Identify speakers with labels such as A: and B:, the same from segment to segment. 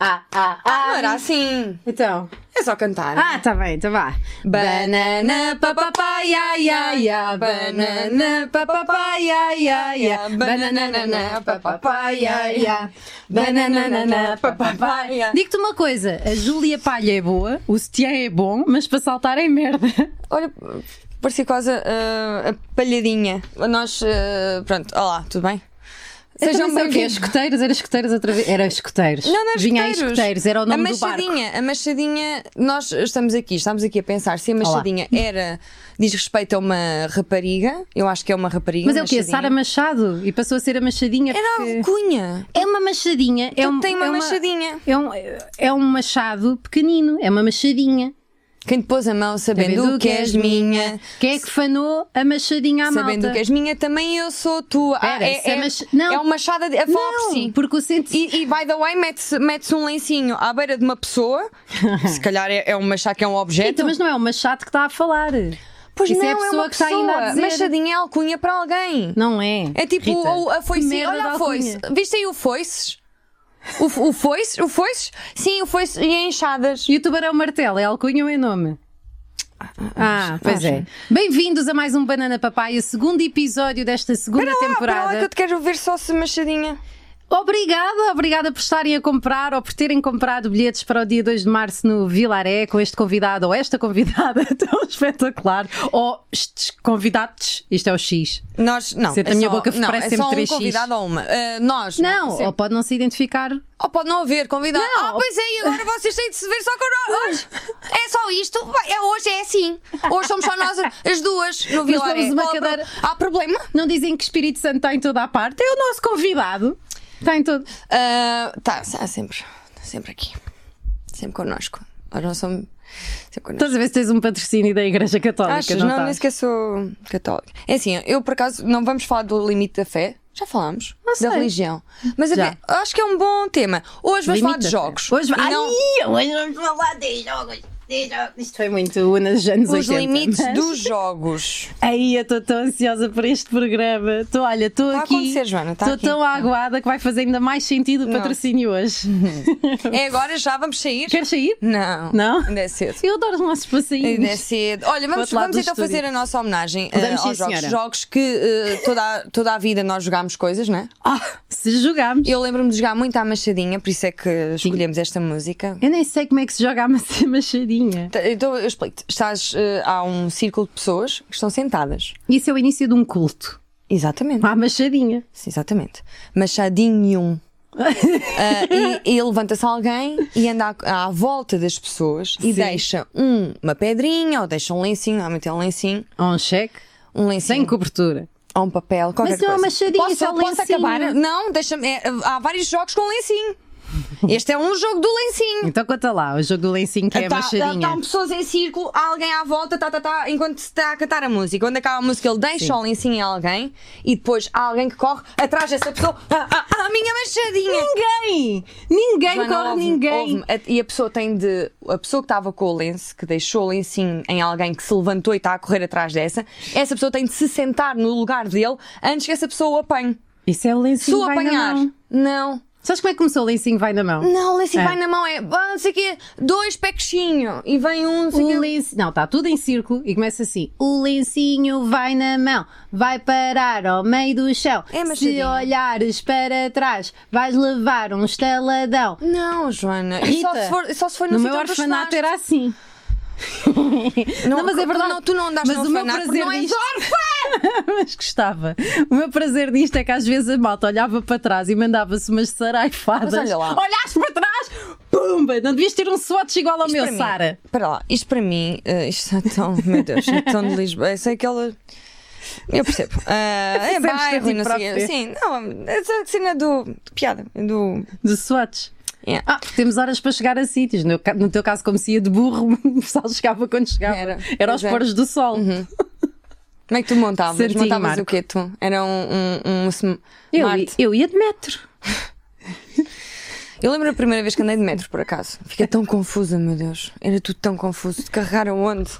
A: ah, ah, ah.
B: Não era assim.
A: Então.
B: É só cantar.
A: Ah, tá bem, tá vá. Banana papapá, ya, ya, ya. Banana papapá, ya, ya, ya. Bananana papapá, ya, ya. Bananana papapá, ya.
C: Digo-te uma coisa: a Júlia Palha é boa, o Setiã é bom, mas para saltar é merda.
B: Olha, parecia quase ah, a palhadinha. Nós, ah, pronto, olá, tudo bem?
C: Eu
B: Sejam
C: também sei Então, o quê?
B: bem-vindos.
C: Escuteiros, era escuteiros outra vez. Era escuteiros.
B: Não, não é
C: Vinha aí
B: escuteiros.
C: escuteiros, era o
B: a
C: nome do barco.
B: machadinha, a machadinha, nós estamos aqui, estamos aqui a pensar se a machadinha era, diz respeito a uma rapariga, eu acho que é uma rapariga.
C: Mas é o quê?
B: machadinha.
C: Sara Machado? E passou a ser a Machadinha
B: Era
C: porque...
B: a alcunha.
C: É uma machadinha. É
B: Tu
C: um,
B: tem uma
C: é
B: machadinha.
C: É um, é um machado pequenino, é uma machadinha.
B: Quem te pôs a mão sabendo que és minha,
C: Quem é que fanou a machadinha à
B: sabendo
C: malta?
B: que és minha, também eu sou tua.
C: Pera,
B: é,
C: isso é
B: é,
C: mach- não.
B: é uma machada de- a falar
C: Não,
B: por si.
C: porque o sentido.
B: E, e, by the way, mete-se mete-se um lencinho à beira de uma pessoa, se calhar é, é um machado que é um objeto.
C: Então, mas não é o machado que está a falar.
B: Pois
C: Isso
B: não,
C: é a pessoa
B: uma
C: que está ainda a
B: pessoa.
C: dizer.
B: Machadinha é alcunha para alguém.
C: Não é.
B: É tipo
C: Rita,
B: o- a
C: que
B: foice.
C: merda de
B: Olha a
C: alcunha.
B: foice. Viste aí o foices? O, f- o foice? O foice? Sim, o foice e enxadas.
C: E o tubarão martelo é alcunha ou é nome? Ah, pois é. Bem-vindos a mais um Banana Papaya, segundo episódio desta segunda
B: Ah,
C: temporada.
B: que eu te quero ver só se machadinha.
C: Obrigada, obrigada por estarem a comprar ou por terem comprado bilhetes para o dia 2 de março no Vilaré com este convidado ou esta convidada tão espetacular. Ou estes convidados, isto é o X.
B: Nós, não.
C: Sempre
B: é
C: a minha
B: só-
C: boca
B: não,
C: parece
B: é
C: sempre
B: só um
C: 3x.
B: convidado ou uma. Ah, nós.
C: Não,
B: sim.
C: ou pode não se identificar.
B: Ou Oh, pode não haver convidado.
C: Não.
B: Ah, pois é, e agora vocês têm de se ver só connosco. É só isto. Vai, É, hoje é assim. Hoje somos só nós as duas no Vilaré.
C: pomos uma
B: Qual é o pro-
C: cadeira-
B: Há problema?
C: Não dizem que Espírito Santo está em toda a parte, é o nosso convidado. Está em todo.
B: Ah, tá, está sempre. Está sempre aqui. Sempre connosco. Nós não somos. Sempre connosco. um
C: Estás a ver se tens um patrocínio da Igreja Católica,
B: Achas?
C: não, tá?
B: Não, nem
C: estás?
B: sequer sou católica. É assim, eu por acaso não vamos falar do limite da fé. Já falámos.
C: sei.
B: Da religião. Mas a
C: Já.
B: ver, acho que é um bom tema. Hoje Ah, vamos
C: Limite
B: falar de
C: da
B: jogos.
C: fé. Hoje,
B: E
C: vai-
B: não
C: Ai, hoje vamos falar de jogos. de jogos. Isto foi muito unas anos
B: os
C: 80,
B: limites
C: mas-
B: dos jogos.
C: Aí eu estou tão ansiosa por este programa. Tô, olha, estou
B: Tá a
C: aqui.
B: acontecer, Joana, tá
C: Estou
B: aqui.
C: tão aguada que vai fazer ainda mais sentido o
B: Não.
C: patrocínio hoje.
B: É agora, já vamos sair?
C: Queres sair?
B: Não.
C: Não?
B: Ainda é cedo.
C: Eu adoro os nossos
B: Ainda é
C: passarinhos.
B: cedo. Olha, vamos,
C: outro lado
B: vamos
C: do
B: então
C: estúdio.
B: fazer a nossa homenagem eh,
C: Vamos, sim,
B: aos jogos.
C: senhora.
B: Jogos que eh, toda, a, toda a vida nós jogámos coisas, não é?
C: Ah, se jogámos. Eu...
B: Eu lembro-me de jogar muito à Machadinha, por isso é que escolhemos esta música.
C: nem sei como é que se joga a maçã machadinha.
B: Tá, Então eu explico. Estás, eh, há um círculo de pessoas que estão sentadas.
C: Isso é o início de um culto.
B: Exatamente.
C: À machadinha.
B: Sim, exatamente. Machadinho. Ah, e e levanta-se alguém e anda à, à volta das pessoas
C: Sim.
B: e deixa um- uma pedrinha ou deixa um lencinho, normalmente é um lencinho,
C: Ou um cheque.
B: um
C: Sem
B: lencinho
C: cobertura.
B: ou um papel,
C: não
B: qualquer
C: é
B: coisa.
C: uma machadinha,
B: posso,
C: isso é um
B: posso
C: lencinho.
B: acabar? Não, deixa-me. é, há vários jogos com lencinho. Este é um jogo do lencinho.
C: Então conta lá, o jogo do lencinho que é a
B: Tá-
C: machadinha.
B: Estão pessoas em círculo, há alguém à volta, tá, tá, tá, enquanto se está a cantar a música. Quando acaba a música, ele deixa o lencinho a alguém e depois há alguém que corre atrás dessa pessoa. Ah, ah, ah, a minha machadinha!
C: Ninguém! Ninguém
B: Joana,
C: corre
B: ouve-me,
C: ninguém.
B: ouve-me. A- E a pessoa tem de. A pessoa que estava com o lenço, que deixou o lencinho em alguém que se levantou e está a correr atrás dessa, essa pessoa tem de se sentar no lugar dele antes que essa pessoa o apanhe.
C: Isso é o
B: Se
C: lencinho
B: o
C: vai na
B: apanhar.
C: mão.
B: Não.
C: Sabes como é que começou o lencinho vai na mão?
B: Não, o lencinho
C: É.
B: vai na mão, é. ah, Não sei o quê, dois pequechinho e vem um. não sei o quê.
C: O lencinho. Não, está tudo em círculo e começa assim. O lencinho vai na mão, vai parar ao meio do chão.
B: É
C: Se
B: machadinha.
C: olhares para trás, vais levar um estaladão.
B: Não, Joana. E só
C: Rita,
B: se for, só se for no,
C: No
B: sítio
C: meu
B: onde tu
C: orfanato
B: estás.
C: era assim. Não, mas é
B: tu
C: verdade.
B: Não, tu não andaste
C: Mas
B: no
C: o meu
B: orfanato porque
C: prazer
B: não é és
C: disto-
B: órfã.
C: Mas gostava. O meu prazer disto é que às vezes a malta olhava para trás e mandava-se umas saraifadas.
B: Mas olha lá.
C: Olhaste para trás, pumba! Não devias ter um swatch igual ao
B: Isto para
C: meu,
B: mim-
C: Sara.
B: Espera lá, isto para mim, eh, isto é tão, meu Deus, é tão de Lisboa. Isso é aquela. Eu percebo. Ah, é
C: Percebes tipo
B: bairro e não sei. o
C: para
B: quê.
C: você.
B: Sim, não, essa cena do. de piada. Do.
C: De swatch.
B: Yeah.
C: Ah, porque temos horas para chegar a sítios. No, ca- no teu caso, como se ia de burro, o pessoal chegava quando chegava.
B: Era.
C: Era,
B: Pois
C: aos
B: é.
C: poros do sol.
B: Como é que tu montavas?
C: Certinho,
B: montavas o
C: Marco.
B: quê tu? Era um. um, um sm-
C: Eu,
B: Marte.
C: eu ia de metro.
B: Eu lembro a primeira vez que andei de metro, por acaso. Fiquei tão confusa, meu Deus. Era tudo tão confuso. De carregar aonde?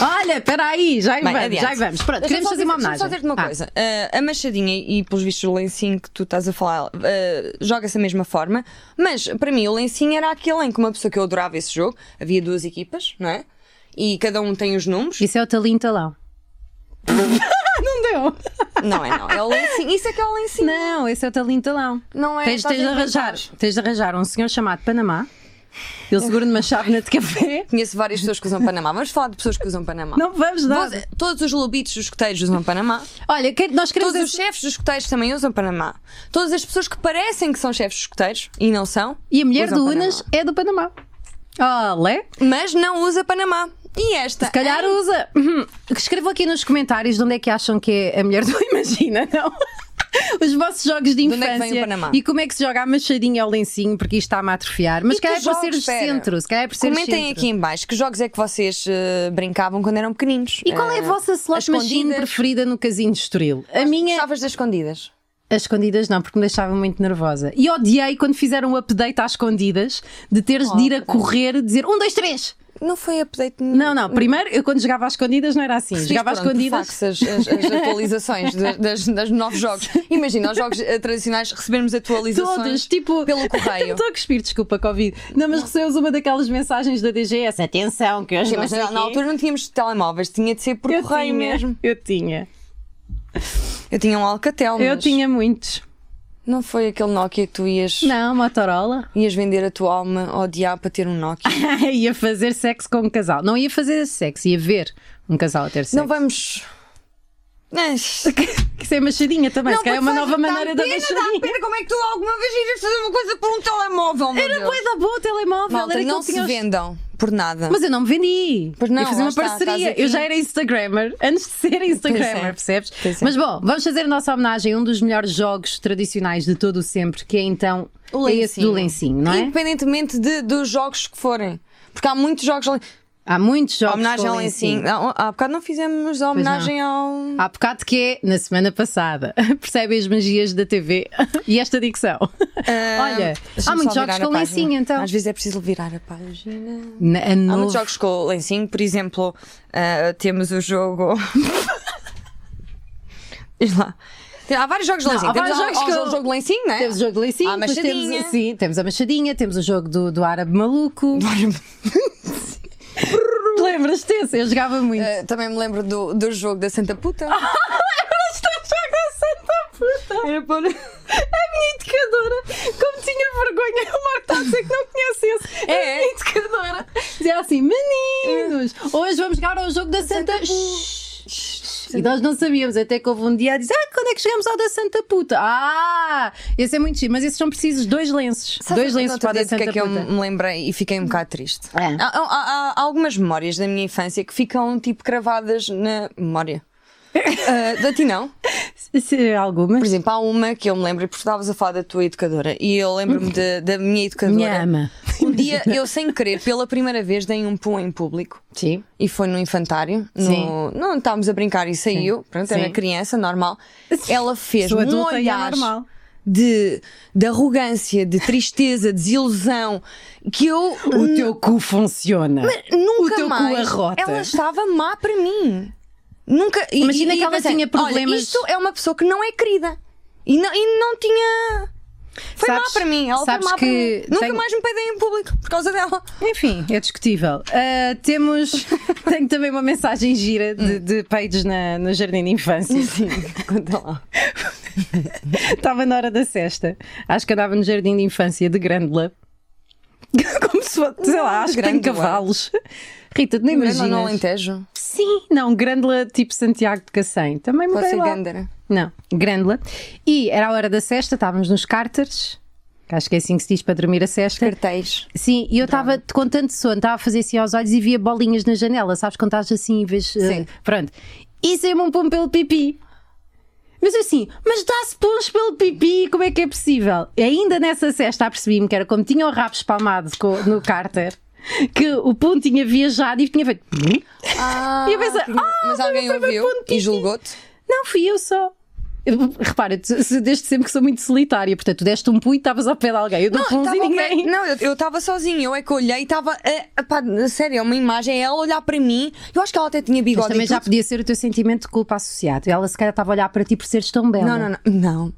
C: Olha, espera aí, já aí
B: Bem,
C: vamos,
B: adiante.
C: já aí vamos. Pronto, queremos
B: Deixa-me só
C: fazer
B: dizer-
C: uma
B: deixa-me
C: homenagem.
B: Só dizer-te uma
C: Ah,
B: coisa. Eh, a machadinha e, pelos vistos, o lencinho que tu estás a falar eh, joga-se da mesma forma, mas para mim o lencinho era aquele em que uma pessoa que eu adorava esse jogo, havia duas equipas, não é? E cada um tem os números.
C: Isso é o talinho talão. Não deu.
B: Não é, não. É o lencinho. Isso é que é o lencinho.
C: Não, esse é o talinho talão.
B: Não é.
C: Tens,
B: estás
C: tens de
B: a inventar.
C: arranjar, tens de arranjar um senhor chamado Panamá. Ele segura numa chávena de café.
B: Conheço várias pessoas que usam Panamá. Vamos falar de pessoas que usam Panamá.
C: Não vamos dar.
B: Vos- Todos os lobitos dos coteiros usam Panamá.
C: Olha, que- nós queremos
B: Todos os
C: esse-
B: chefes dos coteiros também usam Panamá. Todas as pessoas que parecem que são chefes dos coteiros e não são.
C: E a mulher
B: usam
C: do
B: Panamá.
C: Unas é do Panamá. Olé?
B: Mas não usa Panamá. E esta?
C: Se calhar usa. Uhum. Escrevam aqui nos comentários de onde é que acham que é a mulher do Imagina, não? Os vossos jogos de
B: onde
C: infância
B: é que vem o Panamá?
C: e como é que se joga a machadinha ao lencinho, porque isto está-me a atrofiar. Mas
B: E
C: se calhar é
B: que
C: por ser
B: jogos,
C: o
B: espera?
C: centro, se calhar é por ser
B: Comentem
C: centro.
B: aqui em baixo que jogos é que vocês eh, brincavam quando eram pequeninos. Eh,
C: E qual é a vossa slot machine preferida no casino de Estoril? A minha,
B: Gostavas das escondidas.
C: As escondidas não, porque me deixava muito nervosa. E odiei quando fizeram o update às escondidas de teres de ir a correr e dizer um, dois, três.
B: Não foi update
C: Não, não. Primeiro, eu quando jogava às escondidas não era assim.
B: Fiz,
C: jogava às
B: pronto,
C: escondidas.
B: fax, as, as- as atualizações de- das, das novos jogos. Imagina, os jogos eh, tradicionais recebermos atualizações
C: Todas, tipo.
B: pelo correio.
C: Estou a cuspir, desculpa, Covid. Não, mas recebemos uma daquelas mensagens da DGS. Atenção, que hoje não
B: Mas
C: sei
B: na, na
C: quê.
B: altura não tínhamos telemóveis, tinha de ser por
C: eu
B: correio
C: tinha,
B: mesmo.
C: Eu tinha.
B: Eu tinha um Alcatel, mas
C: Eu tinha muitos.
B: não foi aquele Nokia que tu ias,
C: Não, Motorola.
B: ias vender a tua alma ao diabo para ter um Nokia.
C: ia fazer sexo com um casal. Não ia fazer sexo, ia ver um casal a ter sexo.
B: Não vamos. Mas...
C: Que isso é machadinha também, se calhar é uma
B: porque
C: nova
B: faz- dá
C: maneira da
B: pena, dá
C: machadinha.
B: pena, como é que tu alguma vez irias fazer uma coisa por um telemóvel? meu
C: Era
B: Deus?
C: bué da boa o telemóvel,
B: Malta,
C: era
B: não
C: aquele que
B: se
C: tinha os-
B: vendam por nada.
C: Mas eu não me vendi.
B: Pois não,
C: eu fazia
B: lá
C: uma
B: está,
C: parceria.
B: estás aqui.
C: eu já era Instagrammer antes de ser Instagrammer,
B: Pois é.
C: percebes?
B: Pois é.
C: Mas bom, vamos fazer a nossa homenagem a um dos melhores jogos tradicionais de todo o sempre, que é então
B: O
C: é esse do lencinho, não é?
B: Independentemente de- dos jogos que forem. Porque há muitos jogos.
C: Há muitos
B: A
C: jogos.
B: homenagem
C: com
B: ao lencinho. Não, Há bocado não fizemos a homenagem ao.
C: Há bocado que é na semana passada. Percebem as magias da TV e esta dicção. Olha, há
B: Ah, Deixa-me
C: muitos
B: só
C: jogos
B: virar
C: com
B: a página.
C: lencinho, então.
B: Às vezes é preciso virar a página.
C: Na, a
B: Há
C: novo-
B: muitos jogos com lencinho, por exemplo, ah, temos o jogo. Diz lá. Tem- Há vários jogos de
C: Não,
B: lencinho.
C: há
B: Temos
C: vários
B: há-
C: jogos
B: há
C: com-
B: o jogo de lencinho, né?
C: Temos o jogo de lencinho,
B: Há a
C: depois
B: machadinha.
C: temos, sim, temos a machadinha, temos o jogo do, do árabe maluco. Lembras-te desse? Eu jogava muito.
B: Ah, também me lembro do, do jogo da Santa Puta.
C: Lembras-te do jogo da Santa tá Puta?
B: Ah, Era por-
C: A minha educadora, como tinha vergonha, o Marco está a dizer que não conhece esse.
B: É. É.
C: A minha educadora dizia assim: meninos, hoje vamos jogar ao jogo da Santa.
B: Santa Pu-
C: Shhh, shhh. E nós não sabíamos, até que houve um dia a dizer: ah, quando é que chegamos ao da Santa Puta? Ah, esse é muito chique, mas esses são precisos dois lenços.
B: Sabe
C: dois
B: que
C: lenços
B: outro
C: para o da
B: dia do
C: Santa
B: que é que eu
C: Puta.
B: me lembrei e fiquei um bocado triste.
C: É.
B: Há, há- há- há algumas memórias da minha infância que ficam tipo cravadas na memória. Ah, da ti não? um
C: Se- é Algumas.
B: Por exemplo, há uma que eu me lembro, porque estavas a falar da tua educadora e eu lembro-me de- da minha educadora.
C: Minha ama.
B: Um dia eu, sem querer, pela primeira vez dei um pum em público
C: Sim.
B: e foi no infantário.
C: Sim.
B: No, não estávamos a brincar e saiu. Pronto,
C: Sim.
B: era criança, normal. Ela fez
C: Sou
B: um
C: adulta e é
B: olhar
C: normal.
B: de, de arrogância, de tristeza, desilusão que eu
C: O teu cu funciona.
B: nunca
C: o teu
B: mais.
C: cu arrota.
B: Ela estava má para mim. Nunca. e-
C: Imagina
B: e-
C: que
B: e
C: ela
B: pensei,
C: tinha problemas-
B: Olha, isto é uma pessoa que não é querida. E não, e não tinha. Foi má
C: Sabes-
B: para mim. Ela
C: sabes
B: foi má
C: que
B: para mim. Nunca
C: tenho-
B: mais me pedem em público por causa dela.
C: Enfim, é discutível. Ah, temos. Tenho também uma mensagem gira
B: Hum.
C: de, de pages na, no Jardim de Infância.
B: Sim, conta lá.
C: Estava na hora da cesta. Acho que andava no Jardim de Infância de Grândola. Como se fosse, sei lá, acho que tem
B: Grândola.
C: cavalos. Rita, tu não
B: Imagina. Não
C: imaginas?
B: Alentejo.
C: Sim, não, Grândola tipo Santiago de Cacém. Também
B: Pode
C: mudei
B: ser
C: lá.
B: Gandara.
C: Não, Grândola. E era a hora da cesta, estávamos nos cárteres. que Acho que é assim que se diz para dormir a cesta.
B: Cartéis.
C: Sim, e eu estava com tanto sono, estava a fazer assim aos olhos e via bolinhas na janela, sabes? Quando estás assim e vês. eh, pronto. E saiu-me um pão pelo pipi. Mas eu assim, mas dá-se pons pelo pipi, como é que é possível? E ainda nessa cesta apercebi-me que era como tinha o rabo espalmado co- no cárter, que o pum tinha viajado e tinha feito.
B: Ah,
C: E eu pensei,
B: tinha-
C: ah,
B: mas alguém
C: foi o meu
B: ouviu
C: ponto
B: e julgou-te.
C: Não, fui eu só. Repara, tu- se- desde sempre que sou muito solitária, portanto, tu deste um punho e estavas ao pé de alguém. Eu dou puns
B: Ah, tava
C: e
B: ao pé-
C: ninguém.
B: não, eu- eu estava sozinha, eu é que olhei e estava. eh, pá, sério, é uma imagem, ela olhar para mim. Eu acho que ela até tinha
C: Mas
B: bigode.
C: também
B: e
C: já
B: tudo.
C: podia ser o teu sentimento de culpa associado. Ela se calhar estava a olhar para ti por seres tão bela.
B: Não, não, não. Não.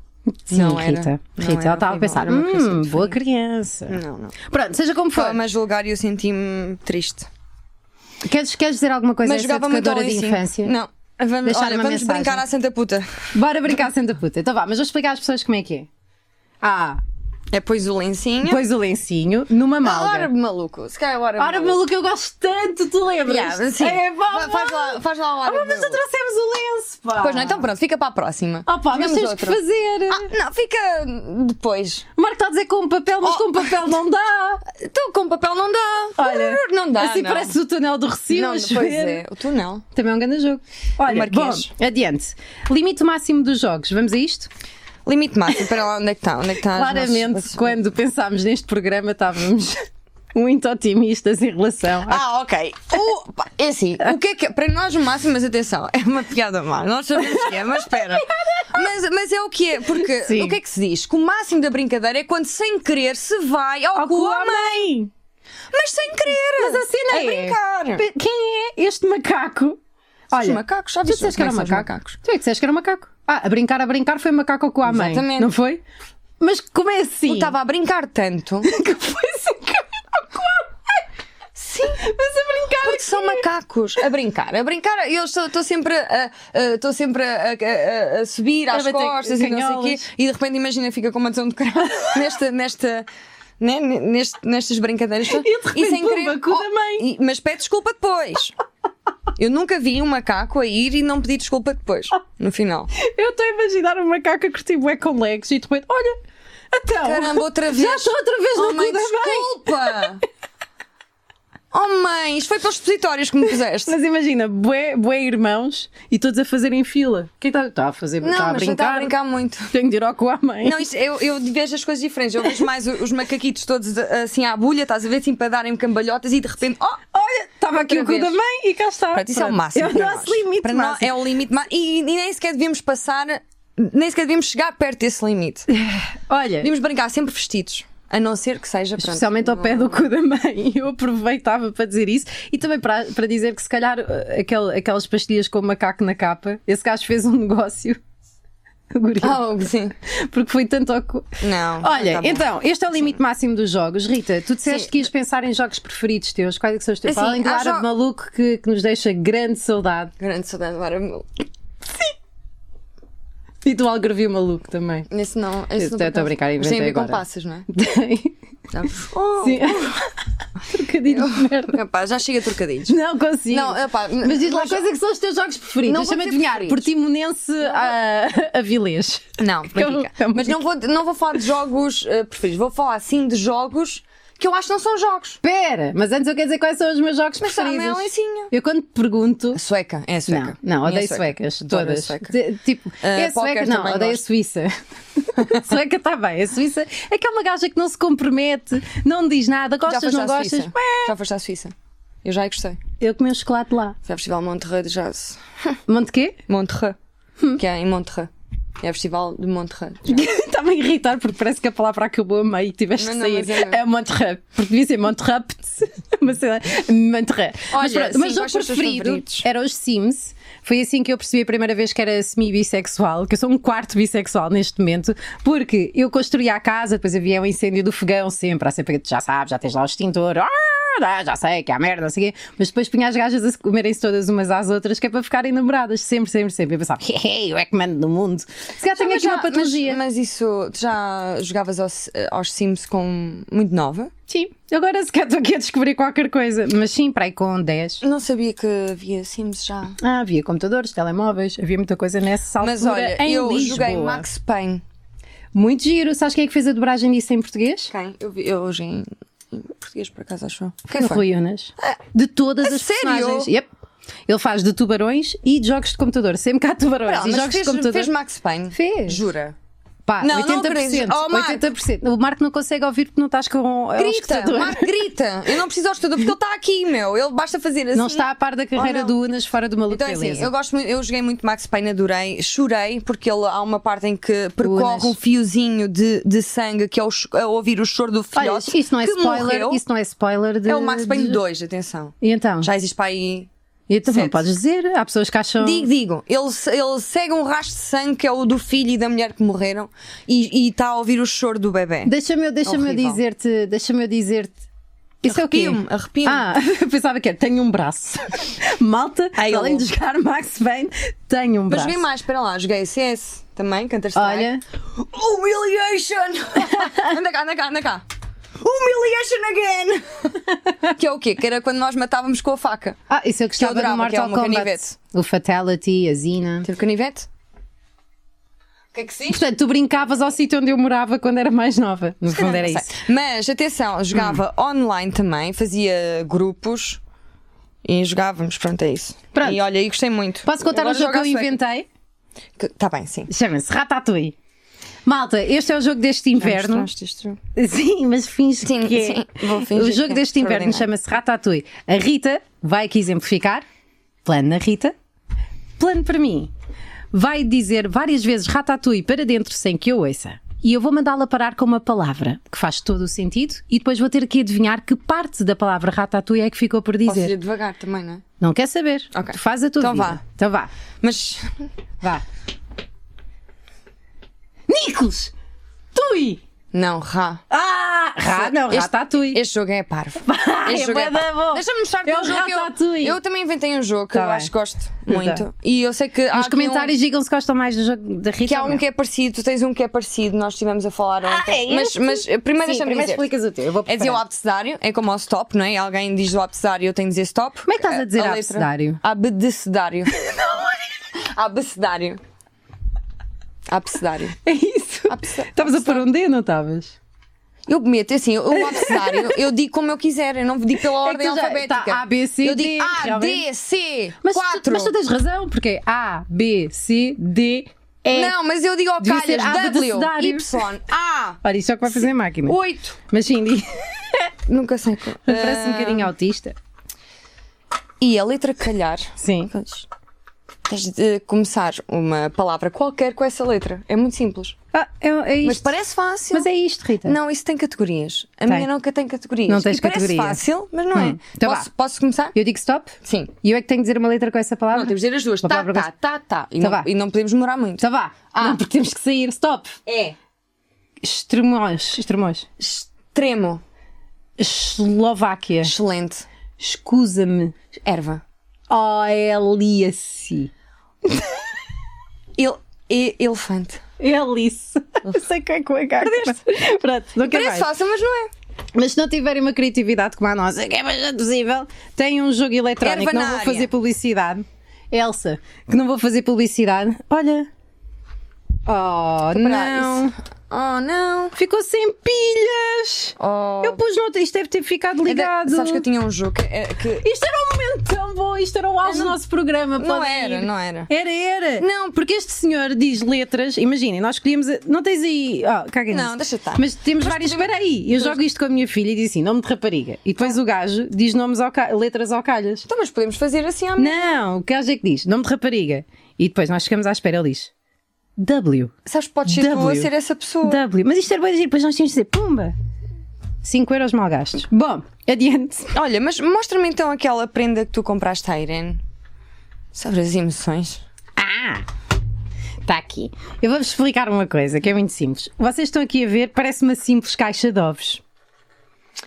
C: Sim,
B: não era.
C: Rita.
B: Não
C: Rita,
B: era
C: ela estava a
B: horrível,
C: pensar,
B: era uma criança Hum.
C: hum,
B: diferente."
C: boa criança.
B: Não, não.
C: Pronto, seja como for.
B: Estava-me a julgar e eu senti-me triste.
C: Queres, queres dizer alguma coisa
B: Mas
C: a essa
B: jogava muito ao
C: é educadora de
B: Racing.
C: infância?
B: Não. Vamos,
C: Deixar
B: olha,
C: uma
B: vamos
C: mensagem.
B: brincar à Santa Puta.
C: Bora brincar sendo da puta. Então vá, mas vou explicar às pessoas como é que é. Ah,
B: É pôs o lencinho.
C: pôs o lencinho numa
B: Ah, Ora,
C: malga.
B: maluco. Se calhar, ora.
C: Ora, maluco, eu gosto tanto, tu lembras?
B: Yeah, sim.
C: É, vá,
B: Fa- faz, lá, faz lá
C: Ah,
B: o ora.
C: mas já
B: maluco.
C: trouxemos o lenço, pá.
B: Pois não, então pronto, fica para a próxima.
C: Ah, pá, mas
B: Fizemos
C: tens
B: outra.
C: que fazer.
B: Ah, não, fica depois.
C: O Marco está a dizer com um papel, mas
B: Oh.
C: com papel não dá.
B: Então, com papel não dá.
C: Olha,
B: não dá.
C: assim
B: Ah, não.
C: parece o túnel do Recife.
B: Não,
C: a
B: não, pois
C: chover.
B: é. O tu não.
C: Também é um grande jogo. Olha,
B: Marquês.
C: bom, adiante. Limite máximo dos jogos, vamos a isto?
B: Limite máximo, para lá, onde é que está? Onde é que está as
C: Claramente,
B: nossas-
C: quando pensámos neste programa, estávamos muito otimistas em relação a.
B: Ah, ok. O, pá, é assim, o que é que. Para nós, o máximo, mas atenção, é uma piada má. Nós sabemos que é, mas espera. Mas, mas é o que é, porque
C: Sim.
B: o que é que se diz? Que o máximo da brincadeira é quando, sem querer, se vai ao
C: Ao
B: cu,
C: cu
B: à
C: à
B: mãe.
C: mãe!
B: Mas sem querer!
C: Mas a cena
B: é
C: é-
B: brincar!
C: Pe- Quem é este macaco? Olha,
B: Os macacos, já
C: tu
B: viste
C: disseste que era
B: como é
C: um
B: que são os
C: macaco. Tu é que disseste que era um macaco. Ah, a brincar, a brincar foi macaco com a mãe.
B: Exatamente.
C: Não foi? Mas como é assim?
B: Eu estava a brincar tanto.
C: que foi sem macaco com a mãe. Sim, mas a brincar.
B: Porque são macacos a brincar, a brincar. Eu estou estou sempre a, a- estou sempre a, a- a- a subir às
C: bater
B: costas e não sei o quê.
C: canholas.
B: E de repente imagina, fica com uma adesão de cravo nesta, nesta, né, neste- nestas brincadeiras. todas.
C: E de repente, pumba, cu da mãe.
B: oh, e- mas pede desculpa depois. Eu nunca vi um macaco a ir e não pedir desculpa depois, no final.
C: Eu estou a imaginar um macaco a curtir bué com legs e de repente, olha, então.
B: Caramba, outra vez.
C: Já estou outra vez
B: Oh
C: no
B: mãe,
C: cu da mãe.
B: desculpa! Oh mãe, isto foi para os expositórios que me puseste.
C: Mas imagina, bué, bué irmãos e todos a fazerem fila. Quem está tá a fazer?
B: não,
C: Está a
B: mas já está
C: brincar?
B: a brincar muito.
C: Tenho de ir ao cu à mãe.
B: Não, isso, eu, eu vejo as coisas diferentes. Eu vejo mais o- os macaquitos todos assim à bulha, estás a ver, assim para darem cambalhotas e de repente, oh!
C: Olha, estava aqui
B: Outra
C: o cu
B: vez.
C: da mãe e cá está.
B: Pronto, isso é o
C: Pronto.
B: máximo.
C: É o
B: para
C: nosso
B: nós.
C: limite
B: Para nós
C: máximo.
B: é o limite ma- e, e nem sequer devíamos passar, nem sequer devíamos chegar perto desse limite.
C: Olha,
B: Devíamos brincar sempre vestidos, a não ser que seja pronto,
C: especialmente ao
B: não-
C: pé do cu da mãe. Eu aproveitava para dizer isso e também para, para dizer que se calhar eh, aquele- aquelas pastilhas com o macaco na capa, esse gajo fez um negócio. O guri.
B: Ah, oh, sim.
C: Porque foi tanto ao cu.
B: Não.
C: Olha,
B: tá bom.
C: então, este é o limite máximo dos jogos. Rita, tu disseste
B: Sim.
C: que ias pensar em jogos preferidos teus. Quais é que são os teus?
B: Assim,
C: Além do
B: há
C: árabe
B: jo-
C: maluco que, que nos deixa grande saudade.
B: Grande saudade do Aramil.
C: E do algarvio maluco também.
B: Esse não. Esse
C: Eu
B: não
C: tô-
B: por
C: tô a brincar,
B: acaso. Mas tem a ver
C: inventei
B: com
C: agora.
B: passos, não é?
C: Tem.
B: Tá. Oh,
C: Sim. Trocadilho de merda.
B: Epá, já chega a trocadilhos.
C: Não consigo.
B: Não, epá,
C: mas diz lá,
B: mas-
C: quais é que são os teus jogos preferidos?
B: Não
C: Deixa-me
B: vou dizer
C: adivinhar,
B: preferidos.
C: Portimonense a, a Vilês.
B: Não,
C: Calma,
B: brinca.
C: calma.
B: Mas não vou, não vou falar de jogos eh, preferidos. Vou falar assim de jogos que eu acho que não são jogos.
C: Espera, mas antes eu quero dizer quais são os meus jogos
B: Mas sabe,
C: preferidos.
B: é um lencinho.
C: Eu quando te pergunto.
B: Sueca, é
C: Não,
B: sueca.
C: não,
B: Minha
C: odeio
B: sueca.
C: suecas,
B: Adoro a
C: todas.
B: sueca.
C: De- tipo, é
B: póquer
C: sueca, não,
B: também
C: odeio a
B: gosto.
C: Suíça. sueca está bem, a Suíça é aquela gaja que não se compromete, não diz nada,
B: Já
C: gostas,
B: foste
C: não
B: à
C: gostas.
B: Suíça? Já foste à Suíça? Eu já gostei.
C: Eu comi um chocolate lá.
B: Foi ao Festival Monterrey de Jazz.
C: Monte quê?
B: Monterrey. Que é em Monterrey. É o Festival de Monterrey.
C: Está-me a irritar porque parece que a palavra acabou a meio e tiveste
B: Não,
C: que
B: não,
C: sair.
B: mas é-
C: é Monterrey. Porque devia ser Monterrey. mas sei lá, Monterrey. mas
B: Olha,
C: pronto, mas o
B: sim, quais são os teus
C: preferido
B: favoritos?
C: era os Sims. Foi assim que eu percebi a primeira vez que era semi-bissexual, que eu sou um quarto bissexual neste momento, porque eu construía a casa, depois havia um incêndio do fogão sempre. Há sempre que já sabes, já tens lá o extintor. Ah, já sei que há merda, não sei o quê. Mas depois punha as gajas a se comerem-se todas umas às outras, que é para ficarem namoradas. Sempre, sempre, sempre. Eu pensava, hey, eu é que mando no mundo. Se calhar tenho
B: Mas
C: aqui
B: já-
C: uma patologia.
B: Mas, mas isso, tu já jogavas aos, eh, aos Sims com muito nova?
C: Sim, agora se calhar estou aqui a descobrir qualquer coisa. Mas sim, para aí com 10.
B: Não sabia que havia Sims já.
C: Ah, havia computadores, telemóveis, havia muita coisa nessa altura
B: Mas olha,
C: em
B: eu
C: Lisboa.
B: joguei Max Payne.
C: Muito giro. Sabes quem é que fez a dobragem disso em português?
B: Quem? Eu vi eu hoje em em português, por acaso, acho eu. Quem
C: O
B: foi? Ah,
C: Rui Unas. De todas
B: a
C: as
B: sério?
C: personagens. Yep. Ele faz de tubarões e de jogos de computador. Sempre cá há tubarões
B: Pera lá,
C: e
B: mas
C: jogos de
B: fez,
C: computador.
B: fez Max Payne?
C: Fez.
B: Jura?
C: Pá,
B: Não, não
C: 80%.
B: acredito. Oh, Marco.
C: 80%. O Marco não consegue ouvir porque não estás com. é o
B: Grita,
C: escutador.
B: Marco, assim- grita. Eu não preciso ao estudar porque ele está aqui, meu. Ele basta fazer assim.
C: Não está a par da carreira
B: não.
C: do Unas fora do maluco
B: Então, é assim,
C: beleza.
B: eu gosto muito, eu joguei muito Max Payne, adorei, chorei, porque ele, há uma parte em que percorre
C: Unas.
B: um fiozinho de, de sangue que é o cho- a ouvir o choro do
C: Olha,
B: filhote.
C: isso não é
B: que
C: spoiler,
B: morreu.
C: isso não é spoiler de.
B: É o Max Payne
C: de-
B: 2, atenção.
C: E então?
B: Já existe para aí.
C: E então não
B: Sete.
C: podes dizer, há pessoas que acham.
B: Digo, digo, ele, se- ele segue um rastro de sangue que é o do filho e da mulher que morreram e e está a ouvir o choro do bebê.
C: Deixa-me eu, deixa-me eu
B: Horrível.
C: dizer-te, deixa-me eu dizer-te. Isso é o quê?
B: Arrepio-me, arrepio-me.
C: Ah, eu pensava que era, tenho um braço. Malta,
B: Ai, eu
C: além de
B: amo.
C: jogar Max Payne, tenho um
B: Mas assim,
C: braço.
B: joguei mais, espera lá, joguei CS também, cantar
C: Olha,
B: Humiliation! anda cá, anda cá, anda cá. Humiliation again! que é o quê? Que era quando nós matávamos com a faca.
C: ah, isso eu gostava
B: Que eu adorava,
C: do
B: que é
C: Mortal
B: uma
C: Kombat.
B: canivete.
C: O Fatality, a Zina.
B: Teve canivete? O que é que se diz?
C: Portanto, tu brincavas ao sítio onde eu morava quando era mais nova. No fundo era
B: Não
C: isso. Hum.
B: sei. Mas atenção, jogava online também, fazia grupos e jogávamos, pronto, é isso.
C: Pronto.
B: E olha, e gostei muito.
C: Posso contar um
B: Agora
C: jogo que eu
B: jogo à sueca.
C: inventei?
B: Que- Tá bem, sim.
C: Chama-se Ratatouille. Malta, este é o jogo deste inverno.
B: Mostraste isto.
C: Sim, mas finge
B: Sim,
C: que é.
B: sim, vou fingir
C: o
B: que
C: jogo
B: é
C: deste inverno
B: extraordinário.
C: chama-se Ratatouille. A Rita vai aqui exemplificar. Plano na Rita. Plano para mim. Vai dizer várias vezes Ratatouille para dentro sem que eu ouça. E eu vou mandá-la parar com uma palavra que faz todo o sentido e depois vou ter que adivinhar que parte da palavra Ratatouille é que ficou por
B: Posso
C: dizer.
B: ir devagar também, não é?
C: Não quer saber.
B: Ok.
C: Tu faz a tua
B: Então
C: vida.
B: vá.
C: Então vá.
B: Mas
C: Vá. Nicolas! Tui!
B: não, rá.
C: Ah! Ra, não,
B: Este-
C: Ratatouille.
B: Este jogo é parvo. Este
C: é
B: jogo
C: bué da bom.
B: Deixa-me mostrar-te
C: É
B: um
C: o
B: jogo que eu,
C: Ratatouille.
B: eu também inventei um jogo que
C: Tá
B: eu
C: bem.
B: acho que gosto
C: Então.
B: muito. E eu sei que há
C: Nos
B: aqui
C: comentários digam se gostam mais do jogo da
B: um, que
C: Rita.
B: há
C: ou
B: um
C: não.
B: que é parecido, tu tens um que é parecido, nós estivemos a falar ontem.
C: é
B: mas,
C: este?
B: mas eh, primeiro
C: Sim,
B: deixa-me
C: primeiro
B: dizer.
C: explicas o teu. Eu vou
B: É dizer o
C: preparar.
B: abecedário, é como o stop, não é? Alguém diz o abecedário e eu tenho de dizer stop. Eh,
C: Como é que estás a dizer
B: letra-
C: abecedário?
B: Abecedário. Abecedário. Abecedário.
C: É isso.
B: Abecedário.
C: Estavas a pôr um D, não estavas?
B: Eu meto assim, o abecedário, eu digo como eu quiser, eu não digo pela
C: É que
B: ordem
C: tu já-
B: alfabética.
C: tá, A, B, C,
B: eu
C: D,
B: digo A,
C: realmente.
B: D, C,
C: Mas, tu-
B: 4.
C: mas tu tens razão, porque é A, B, C, D, E.
B: Não, mas eu digo ao
C: É. Devia ser
B: calhas W,
C: abecedário.
B: Y, A,
C: Olha, isso é o que vai fazer a máquina.
B: 8.
C: Mas sim, diz-
B: Nunca sei qual.
C: parece um
B: Ah,
C: bocadinho autista.
B: E a letra calhar.
C: Sim.
B: Pois. Tens de começar uma palavra qualquer com essa letra. É muito simples.
C: Ah, é, é isto.
B: Mas parece fácil.
C: Mas é isto, Rita.
B: Não, isso tem categorias. A minha nunca tem categorias.
C: Não tens
B: e parece
C: categoria.
B: fácil, mas não
C: Hum.
B: é.
C: Então
B: posso,
C: vá.
B: posso começar?
C: Eu digo stop
B: Sim.
C: e eu é que tenho de dizer uma letra com essa palavra.
B: Não, temos de dizer as duas.
C: Uma
B: Tá,
C: palavra com
B: tá,
C: essa-
B: tá, tá. E,
C: Então
B: não,
C: vá.
B: e não podemos demorar muito.
C: Então vá.
B: Ah.
C: Não, porque temos que sair. Stop.
B: É
C: Extremões. Extremões.
B: extremo,
C: Eslováquia.
B: excelente,
C: Escusa-me. Oh, é
B: erva.
C: Eliasse.
B: Ele, e- elefante.
C: Elice. Não sei quem é com H. Pronto, não quero
B: Parece
C: mais.
B: fácil, mas não é.
C: Mas se não tiverem uma criatividade como a nossa, que é mais possível, tem um jogo eletrónico, não vou
B: Ervanária.
C: fazer publicidade. Elsa, que não vou fazer publicidade. Olha. Oh,
B: Espera,
C: não.
B: isso- Oh, não.
C: Ficou sem pilhas.
B: Oh. É
C: Eu pus noutra. Isto deve ter ficado ligado.
B: Sabes que eu tinha um jogo que. é- que-
C: Isto era um momento tão bom, isto era o auge do nosso programa.
B: Não
C: podem
B: era,
C: ir.
B: não era.
C: Era, era. Não, porque este senhor diz letras, imaginem, nós escolhíamos. a- Não tens aí. Oh, caga
B: Não,
C: nisso.
B: deixa estar.
C: Mas temos várias. Espera aí, eu jogo isto com a minha filha e diz assim: nome de rapariga. E depois o gajo diz nomes ao ca- letras ao calhas.
B: Então, mas podemos fazer assim à minha.
C: Não, o gajo é que diz nome de rapariga. E depois nós chegamos à espera, ele diz W.
B: Sabes, podes ser tu a
C: W.
B: ser essa pessoa.
C: W. Mas isto era bem dizer, depois nós tínhamos de dizer: pumba! 5 euros mal gastos. Bom, adiante.
B: Olha, mas mostra-me então aquela prenda que tu compraste à Irene. Sobre as emoções.
C: Ah! Está aqui. Eu vou-vos explicar uma coisa que é muito simples. Vocês estão aqui a ver, parece uma simples caixa de ovos.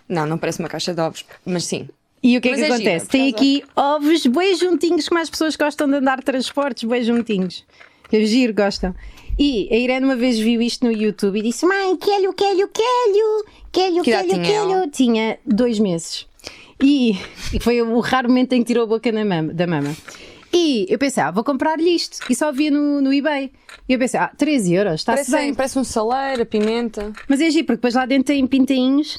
B: Não, não parece uma caixa de ovos, mas sim.
C: E o que
B: Mas
C: é que
B: é gira,
C: acontece?
B: por
C: Tem
B: causa-
C: aqui ovos bem juntinhos, como as pessoas gostam de andar de transportes, bem juntinhos. Que é giro, gostam. E a Irene uma vez viu isto no YouTube e disse: Mãe, quelho, quelho, quelho, quelho,
B: Que idade
C: quelho,
B: tinha ela?
C: quelho. Tinha dois meses. E, e foi o raro momento em que tirou a boca na mama- da mama. E eu pensei, ah, vou comprar-lhe isto. E só via no, no eBay. E eu pensei, ah, 13 euros, está-se
B: Parece,
C: bem.
B: parece um saleiro, a pimenta.
C: Mas é giro, porque depois lá dentro tem pintainhos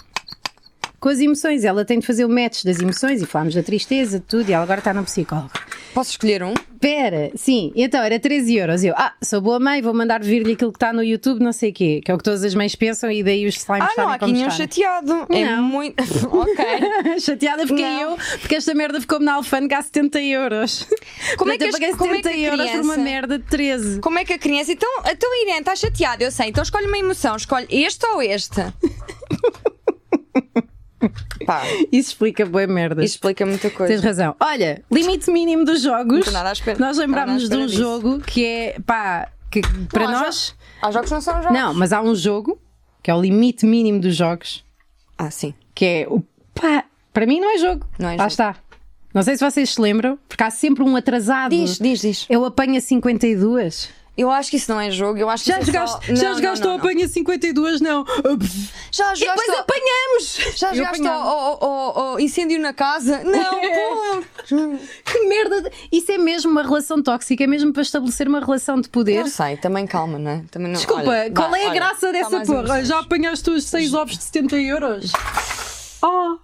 C: com as emoções. Ela tem de fazer o match das emoções e falámos da tristeza, de tudo, e ela agora está no psicólogo.
B: Posso escolher um?
C: Pera, sim, então era 13 euros. Eu, ah, sou boa mãe, vou mandar vir-lhe aquilo que está no YouTube, não sei o quê, que é o que todas as mães pensam e daí os slimes
B: Ah, não,
C: estarem
B: há aqui
C: como
B: nenhum
C: estão.
B: chateado. É
C: Não.
B: muito. ok.
C: Chateada fiquei
B: Não.
C: eu, porque esta merda ficou-me na alfândega a 70 euros.
B: Como
C: Portanto,
B: é que
C: eu
B: as-
C: paguei 70
B: como é que a
C: euros por uma
B: criança-
C: merda de 13?
B: Como é que a criança. Então, então Irene, está chateada, eu sei. Então escolhe uma emoção, escolhe este ou este. Pá,
C: Isso explica boa merda.
B: isso explica muita coisa.
C: Tens razão. Olha, limite mínimo dos jogos.
B: Não tô nada à espera-
C: Nós lembrámos
B: nada à
C: de um
B: espera
C: jogo que é pá, que para
B: Não, há
C: nós.
B: Há jogos que não são jogos.
C: Não, mas há um jogo que é o limite mínimo dos jogos,
B: Ah, sim.
C: que é o pá, para mim não é jogo.
B: Não é
C: Lá
B: jogo.
C: está. Não sei se vocês se lembram, porque há sempre um atrasado.
B: Diz, diz, diz.
C: Eu apanho a 52.
B: Eu acho que isso não é jogo. Eu acho que
C: Já
B: isso é só-
C: jogaste,
B: Não,
C: já
B: não,
C: jogaste
B: não,
C: ou
B: não.
C: apanha 52, não?
B: Já
C: E
B: jogaste
C: depois
B: ao-
C: apanhamos!
B: Já
C: Eu
B: jogaste
C: apanhava.
B: ao, ao- ao- ao incêndio na casa? Não, pô!
C: Que merda! de- Isso é mesmo uma relação tóxica, é mesmo para estabelecer uma relação de poder.
B: Eu sei, também calma, não é? Também não,
C: Desculpa,
B: olha,
C: qual
B: vá,
C: é a
B: olha,
C: graça
B: tá
C: dessa
B: mais
C: porra?
B: emoções.
C: Já apanhaste os 6 ovos de 70 euros? Oh!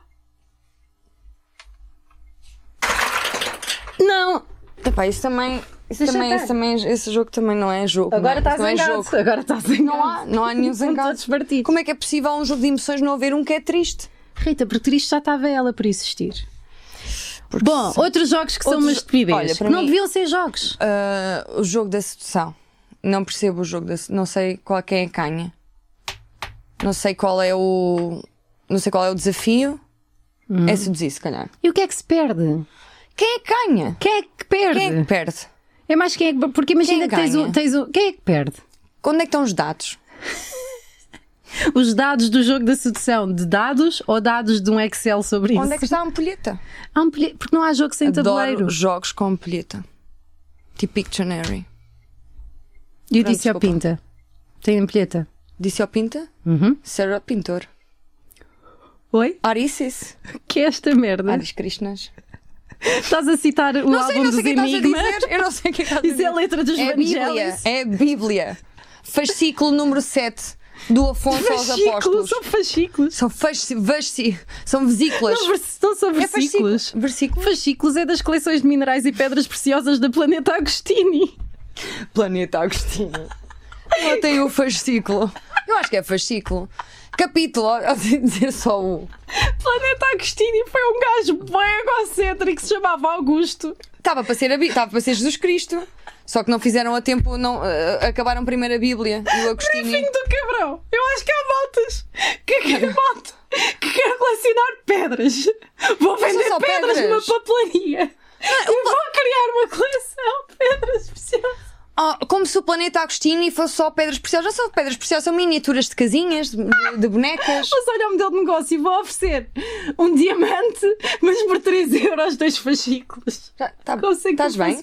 C: Não!
B: Epá, Tá, isso também. Isso
C: Deixa
B: também,
C: estar.
B: isso também- esse jogo também não é jogo.
C: Agora
B: não
C: estás
B: é? Isso não
C: em
B: é
C: gato.
B: jogo.
C: Agora estás em
B: Não há, não há nenhum zangado.
C: Todos partidos.
B: Como é que é possível um jogo de emoções não haver um que é triste?
C: Rita, porque triste já estava ela por existir. Bom, outros jogos que
B: Outros-
C: são umas bebês.
B: Olha, para
C: não
B: mim-
C: deviam ser jogos.
B: Ah, o jogo da sedução. Não percebo o jogo da sedução. Não sei qual é que é a canha. Não sei qual é o. Não sei qual é o desafio.
C: Hum.
B: É seduzir, se calhar.
C: E o que é que se perde?
B: Quem é que ganha?
C: Quem é que perde?
B: Quem é que perde?
C: É mais quem é que. Porque imagina
B: Quem
C: que tens
B: ganha?
C: um, tens um. Quem é que perde?
B: Onde é que estão os dados?
C: Os dados do jogo da sedução de dados ou dados de um Excel sobre isso?
B: Onde é que está a ampulheta?
C: Há um pilhe- Porque não há jogo sem tabuleiro.
B: Adoro jogos com ampulheta. Tipo Pictionary.
C: E eu
B: Pronto,
C: disse ao
B: desculpa.
C: Pinta: tem ampulheta.
B: Disse ao Pinta?
C: Uhum.
B: Sarah Pintor.
C: Oi?
B: Arisis.
C: Que é esta merda?
B: Aris Krishnas.
C: Estás a citar o
B: Não
C: álbum
B: sei, não sei o
C: dos
B: que estás a
C: Enigma?
B: dizer. Eu não sei o que estás a
C: Isso
B: dizer.
C: é a letra dos
B: É a Bíblia.
C: Vangelis.
B: É a Bíblia. Fascículo número 7 do Afonso aos
C: Fascículos,
B: É Apóstolos.
C: são fascículos.
B: São, fasci... vasci- são vesículas.
C: Não, vers- não são
B: É fascículo.
C: versículos.
B: Versículo.
C: Fascículos é das coleções de minerais e pedras preciosas da planeta Agostini.
B: Planeta Agostinho. Não tem o fascículo. Eu acho que é fascículo. Capítulo, ó, dizer só um. o.
C: Planeta Agostini foi um gajo bem egocêntrico que se chamava Augusto.
B: Estava para ser, a Bí- estava para ser Jesus Cristo. Só que não fizeram a tempo, não, eh, acabaram primeiro a Bíblia e o Agostinho.
C: Filho do cabrão. Eu acho que há maltas que quer malta que quer colecionar pedras. Vou vender
B: só
C: pedras, numa
B: pedras.
C: papelaria. E vou criar uma coleção de pedras preciosas.
B: Ah, como se o planeta Agostinho fosse só pedras preciosas. Não são pedras preciosas, são miniaturas de casinhas, de, de bonecas.
C: Mas olha o modelo de negócio e vou oferecer um diamante, mas por 3 euros dois fascículos.
B: Já- tá-
C: Consegue
B: Estás bem?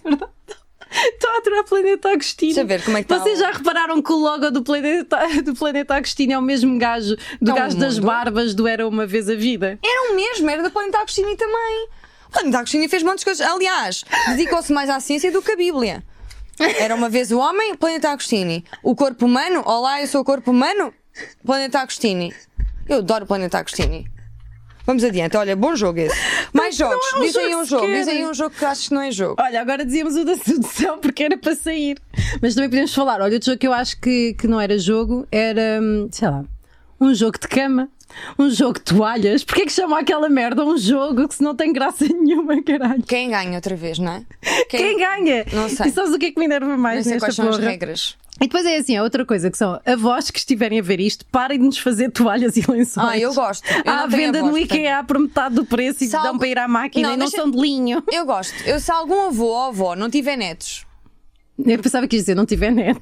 C: Estou a adorar Planeta Agostinho.
B: Deixa eu ver como é que tá
C: Vocês
B: o-
C: já repararam que o logo do Planeta, do Planeta Agostinho é o mesmo gajo do
B: Tá um
C: gajo das
B: mundo.
C: barbas do Era Uma Vez a Vida?
B: Era o mesmo, era do planeta Agostinho também. O planeta Agostinho fez montes de coisas. Aliás, dedicou-se mais à ciência do que à Bíblia. Era uma vez o homem, o planeta Agostinho. O corpo humano, olá, eu sou o corpo humano, planeta Agostinho. Eu adoro o planeta Agostinho. Vamos adiante, olha, bom jogo esse. Mais jogos,
C: não é um
B: diz aí
C: jogo
B: um jogo,
C: sequer.
B: diz aí um jogo que achas que não é jogo.
C: Olha, agora dizíamos o da sedução porque era para sair. Mas também podemos falar. Olha, outro jogo que eu acho que, que não era jogo era, hum, sei lá, um jogo de cama, um jogo de toalhas. Porquê é que chama aquela merda um jogo que se não tem graça nenhuma, caralho?
B: Quem ganha outra vez, não é?
C: Quem ganha?
B: Não sei.
C: E sabes o que é que me enerva
B: Não
C: mais
B: sei
C: nesta
B: quais são as
C: porra?
B: regras.
C: E depois é assim, há outra coisa que são avós que estiverem a ver isto, parem de nos fazer toalhas e lençóis.
B: Ah, eu gosto. Eu
C: Há
B: não tenho
C: venda
B: avós,
C: no
B: portanto.
C: IKEA por metade do preço e
B: Se algo-
C: dão para ir à máquina
B: Não,
C: e não
B: deixa-
C: são de linho.
B: Eu gosto. Eu, se algum avô ou avó não tiver netos,
C: Eu pensava que ia dizer, não tiver net.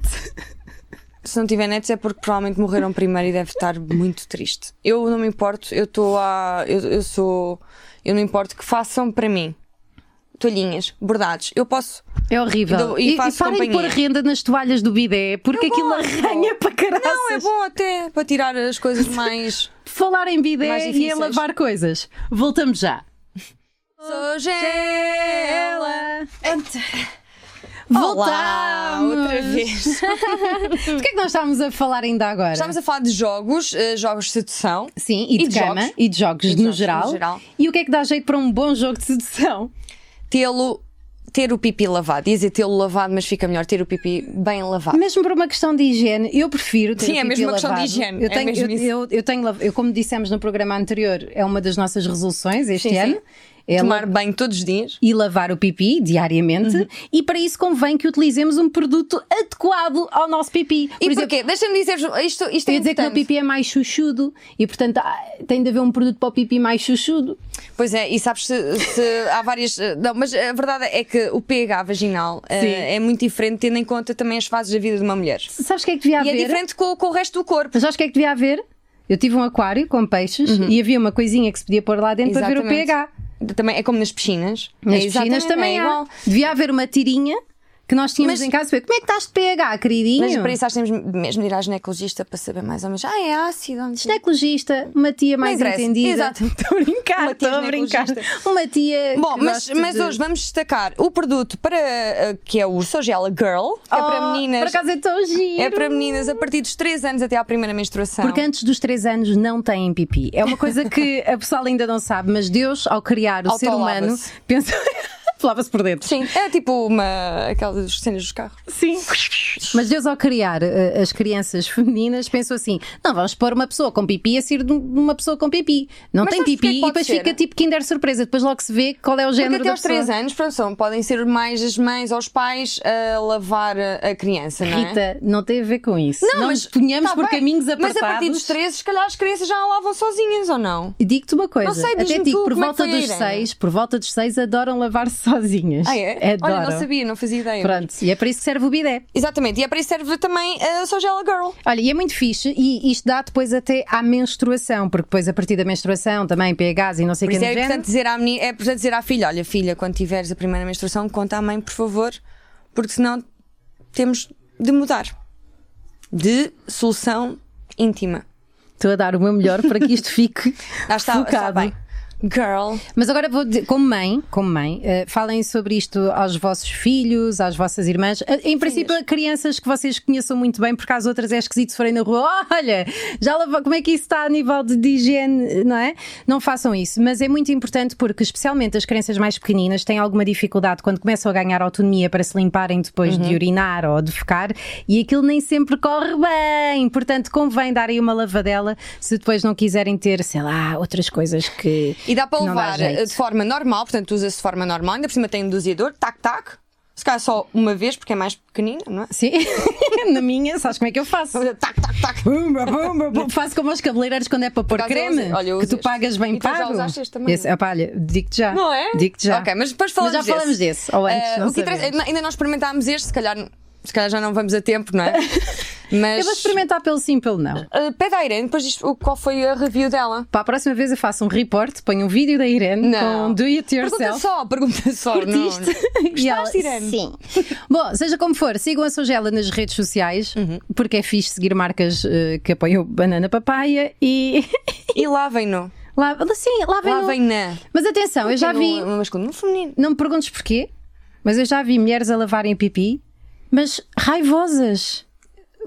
B: se não tiver netos é porque provavelmente morreram primeiro e deve estar muito triste. Eu não me importo, eu estou a. Eu, eu sou. Eu não importo que façam para mim. Toalhinhas, bordados. Eu posso.
C: É horrível.
B: E dou- Então, e
C: e, e parem
B: faço
C: de
B: companhia.
C: pôr renda nas toalhas do bidé, porque
B: Eu
C: aquilo
B: gosto.
C: arranha para caralho.
B: Não, é bom até para tirar as coisas mais.
C: Falar em
B: Mais
C: bidé e em
B: difíceis.
C: lavar coisas. Voltamos já.
B: Sou gela. Olá,
C: Voltamos!
B: outra vez.
C: Porquê é que nós estávamos a falar ainda agora?
B: Estamos a falar de jogos, eh, jogos de sedução.
C: Sim, e,
B: E
C: de,
B: de
C: cama,
B: jogos.
C: e de jogos,
B: E de
C: no,
B: jogos no
C: geral.
B: geral.
C: E o que é que dá jeito para um bom jogo de sedução?
B: Tê-lo ter o pipi lavado. Ia dizer tê-lo lavado, mas fica melhor ter o pipi bem lavado.
C: Mesmo por uma questão de higiene, eu prefiro ter
B: Sim,
C: o
B: é
C: pipi
B: mesmo uma questão de
C: lavado.
B: higiene,
C: Eu
B: é
C: tenho,
B: mesmo
C: eu,
B: isso.
C: eu- eu tenho lav- eu, como dissemos no programa anterior, é uma das nossas resoluções este
B: Sim, sim.
C: ano. É
B: Tomar banho todos os dias.
C: e lavar o pipi diariamente,
B: Uhum.
C: e para isso convém que utilizemos um produto adequado ao nosso pipi. Por
B: E
C: exemplo,
B: porquê? Deixa-me dizer isto, isto
C: eu
B: é
C: ia dizer que o meu
B: importante.
C: pipi é mais chuchudo e, portanto, ah, tem de haver um produto para o pipi mais chuchudo.
B: Pois é, e sabes se, se há várias. eh, Não, mas a verdade é que o pH vaginal eh, é muito diferente, tendo em conta também as fases da vida de uma mulher.
C: Sabes o que é que devia
B: E é
C: haver?
B: diferente com, com o resto do corpo.
C: Mas sabes o que é que devia haver? Eu tive um aquário com peixes e havia uma coisinha que se podia pôr lá dentro para ver o
B: Uhum. Exatamente.
C: pH.
B: Também é como nas piscinas.
C: Nas
B: É
C: piscinas
B: exatamente,
C: também
B: é
C: há.
B: igual.
C: Devia haver uma tirinha que nós tínhamos
B: Mas-
C: em casa. para ver, Como é que estás de pH, queridinho?
B: Mas para isso acho que temos mesmo de ir à ginecologista para saber mais ou menos. Ah, é ácido. não sei.
C: Ginecologista, uma tia mais
B: interessa,
C: entendida.
B: exato. Ah,
C: Estou a brincar, estou a brincar.
B: Uma tia ginecologista.
C: Uma tia.
B: Bom,
C: que
B: mas,
C: goste
B: mas
C: de-
B: hoje vamos destacar o produto para eh, que é o Sogela Girl, que é
C: Oh,
B: para
C: Por
B: meninas.
C: acaso é tão giro.
B: É para meninas a partir dos 3 anos até à primeira menstruação.
C: Porque antes dos 3 anos não têm pipi. É uma coisa que a pessoa ainda não sabe, mas Deus, ao criar o ser humano,
B: Autolava-se.
C: pensa. Lava-se por dentro.
B: Sim, é tipo uma aquelas cenas dos carros.
C: Sim. Mas Deus, ao criar eh, as crianças femininas, pensou assim: não, vamos pôr uma pessoa com pipi a ser de um- de uma pessoa com pipi. Não
B: Mas
C: tem
B: sabes porquê
C: pipi
B: que
C: e
B: pode
C: depois
B: ser?
C: fica tipo Kinder Surpresa. Depois logo se vê qual é o género
B: Porque até
C: da
B: aos
C: pessoa.
B: 3 anos pronto, são- podem ser mais as mães ou os pais a lavar a a criança, não é?
C: Rita, não tem a ver com isso. Não, nos ponhamos
B: tá
C: por
B: bem,
C: caminhos
B: Mas
C: apartados.
B: a partir dos 13, se calhar as crianças já a lavam sozinhas ou não?
C: E Digo-te uma coisa,
B: Não sei,
C: até
B: diz-me
C: digo,
B: tu,
C: por
B: como é que
C: volta
B: foi a
C: dos
B: Irene?
C: seis, por volta dos seis adoram lavar-se sozinhas.
B: Ah, é?
C: Adoram.
B: Olha, não sabia, não fazia ideia.
C: Pronto, e é para isso que serve o bidé.
B: Exatamente, e é para isso que serve também a Sogela Girl.
C: Olha, e é muito fixe, e isto dá depois até à menstruação, porque depois a partir da menstruação também pHs e não sei o
B: Por
C: que no
B: isso é
C: género.
B: importante, dizer à menina, é importante dizer à filha: olha, filha, quando tiveres a primeira menstruação, conta à mãe, por favor, porque senão temos de mudar de solução íntima.
C: Estou a dar o meu melhor para que isto fique
B: Lá está, está
C: focado.
B: bem. Girl.
C: Mas agora vou dizer, como mãe, como mãe, eh, falem sobre isto aos vossos filhos, às vossas irmãs, Eh, em princípio a crianças que vocês conheçam muito bem, porque às outras é esquisito se forem na rua, olha, já lavou, como é que isso está a nível de, de higiene, não é? Não façam isso, mas é muito importante porque especialmente as crianças mais pequeninas têm alguma dificuldade quando começam a ganhar autonomia para se limparem depois de urinar ou de focar e aquilo nem sempre corre bem, portanto convém dar aí uma lavadela se depois não quiserem ter, sei lá, outras coisas que
B: E dá para
C: que não dá
B: levar
C: jeito.
B: eh, de forma normal, portanto, usa-se de forma normal, ainda por cima tem um doseador, tac-tac. Se calhar só uma vez, porque é mais pequenino, não é?
C: Sim, na minha, sabes como é que eu faço?
B: Tac, tac, tac.
C: Pumba, pumba, pumba. Faço como aos cabeleireiros quando é para pôr
B: acaso eu
C: creme,
B: usei- olha, eu
C: que
B: usei
C: tu
B: este.
C: pagas bem
B: E tu já
C: pago.
B: usaste este também,
C: Esse,
B: não é?
C: opá, olha, digo-te já.
B: Não é?
C: Digo-te já.
B: Ok, mas depois falamos
C: já falamos desse, ou antes,
B: Eh,
C: não
B: o que interessa-
C: sabemos.
B: ainda não experimentámos este, se calhar, se calhar já não vamos a tempo, não é? Mas
C: Eu vou experimentar pelo sim, pelo não.
B: eh, pede à Irene, depois diz o- qual foi a review dela.
C: Para a próxima vez eu faço um report, ponho um vídeo da Irene
B: Não.
C: com um Do It
B: Pergunta
C: Yourself.
B: só, pergunta só. não-
C: Curtiste? E ela,
B: Gostaste, Irene?
C: Sim. Bom, seja como for, sigam a Sogela nas redes sociais,
B: Uhum.
C: porque é fixe seguir marcas eh, que apoiam Banana Papaya e.
B: E lavem-no.
C: lá, sim, lá vem. no-
B: Lavem-na.
C: Mas atenção, eu já
B: Tem
C: vi.
B: No, no masculino, no feminino.
C: Não me perguntes porquê, mas eu já vi mulheres a lavarem pipi, mas raivosas.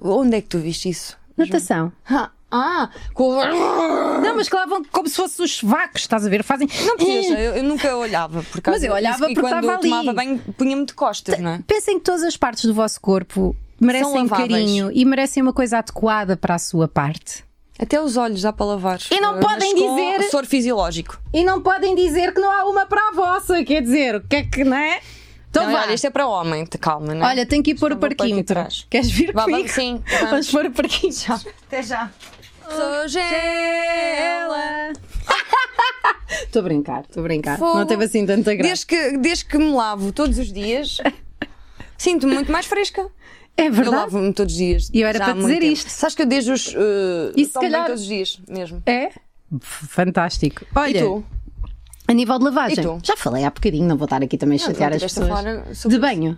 B: Onde é que tu viste isso?
C: Natação.
B: Ah, ah, com
C: Não, mas que lavam como se fossem os vacos, estás a ver? Fazem.
B: Não precisas, eu, eu nunca olhava por causa
C: Ah, Mas eu
B: disso.
C: olhava
B: e
C: porque
B: quando
C: estava ali.
B: tomava bem, punha-me de costas, não é?
C: Pensem que todas as partes do vosso corpo merecem
B: São laváveis.
C: carinho e merecem uma coisa adequada para a sua parte.
B: Até os olhos dá para lavar.
C: E não
B: eh, mas
C: podem
B: com
C: dizer-
B: soro fisiológico.
C: E não podem dizer que não há uma para a vossa, quer dizer, o que é que não é? Então
B: Não,
C: vá.
B: olha, isto é para homem, te calma, não é?
C: Olha, tenho que ir pôr o
B: Vou pôr aqui
C: parquímetro.
B: atrás.
C: Queres vir
B: Vá,
C: comigo?
B: vamos, sim, vamos.
C: Vamos pôr o parquímetro.
B: Sou gela.
C: Estou a brincar, estou a brincar.
B: Fogo.
C: Não teve assim tanta graça.
B: Desde que, desde que me lavo todos os dias, sinto-me muito mais fresca.
C: É verdade.
B: Eu lavo-me todos os dias.
C: E eu era
B: já
C: para
B: há muito
C: dizer
B: tempo.
C: isto.
B: Sabes que eu desde os. eh,
C: E se
B: tomo banho
C: calhar-
B: todos os dias mesmo.
C: É? Fantástico.
B: e
C: Olha,
B: tu?
C: a nível de
B: E
C: lavagem,
B: tu?
C: já falei há bocadinho, não vou estar aqui também a
B: não
C: chatear as
B: tiveste a
C: pessoas.
B: falar sobre
C: de banho.